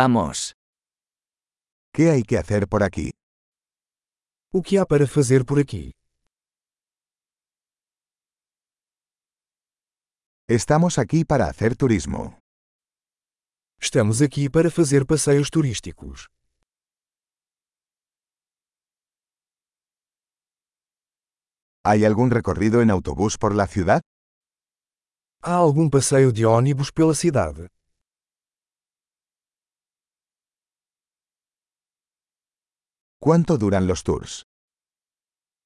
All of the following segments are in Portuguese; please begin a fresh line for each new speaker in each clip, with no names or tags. Vamos.
Que hay que hacer por aquí?
O que há para fazer por aqui?
Estamos aquí para hacer turismo.
Estamos aqui para fazer passeios turísticos.
¿Hay algún recorrido en autobús por la ciudad?
Há algum passeio de ônibus pela cidade?
¿Cuánto duran los tours?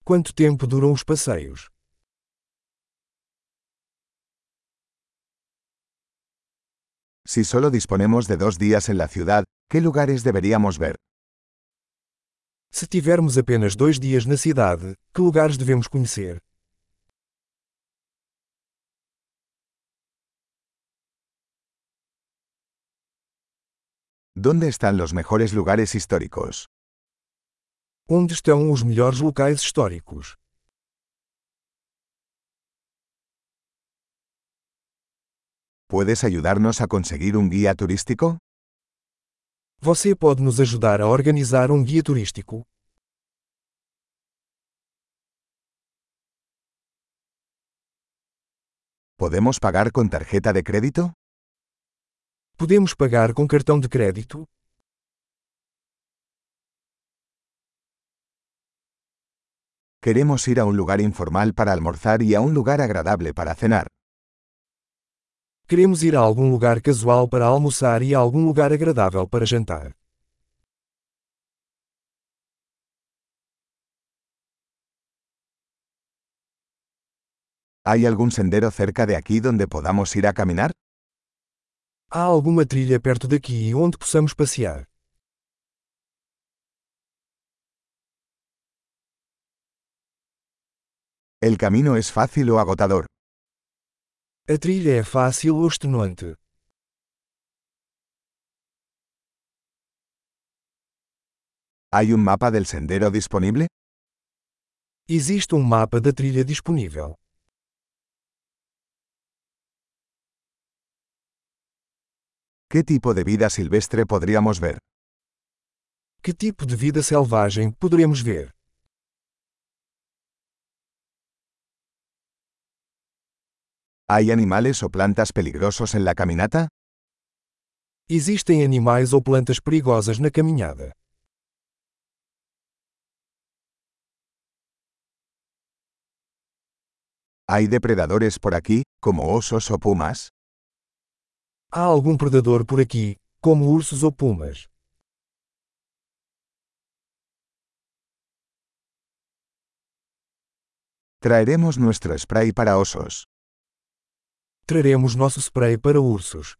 Quanto tempo duram os passeios?
Si solo disponemos de dos días en la ciudad, ¿qué lugares deberíamos ver?
Se tivermos apenas dois dias na cidade, que lugares devemos conhecer?
¿Dónde están los mejores lugares históricos?
Onde estão os melhores locais históricos?
¿Puedes ayudarnos a conseguir un guía turístico?
Você pode nos ajudar a organizar um guia turístico?
¿Podemos pagar con tarjeta de crédito?
Podemos pagar com cartão de crédito?
Queremos ir a un lugar informal para almorzar y a un lugar agradable para cenar.
Queremos ir a algum lugar casual para almoçar e a algum lugar agradável para jantar.
¿Hay algún sendero cerca de aquí donde podamos ir a caminar?
Há alguma trilha perto daqui onde possamos passear?
¿El camino es fácil o agotador?
A trilha é fácil ou extenuante?
¿Hay un mapa del sendero disponible?
Existe um mapa da trilha disponível.
¿Qué tipo de vida silvestre podríamos ver?
Que tipo de vida selvagem poderemos ver?
¿Hay animales o plantas peligrosos en la caminata?
Existem animais ou plantas perigosas na caminhada?
¿Hay depredadores por aquí, como osos o pumas?
Há algum predador por aqui, como ursos ou pumas?
Traeremos nuestro spray para osos.
Traremos nosso spray para ursos.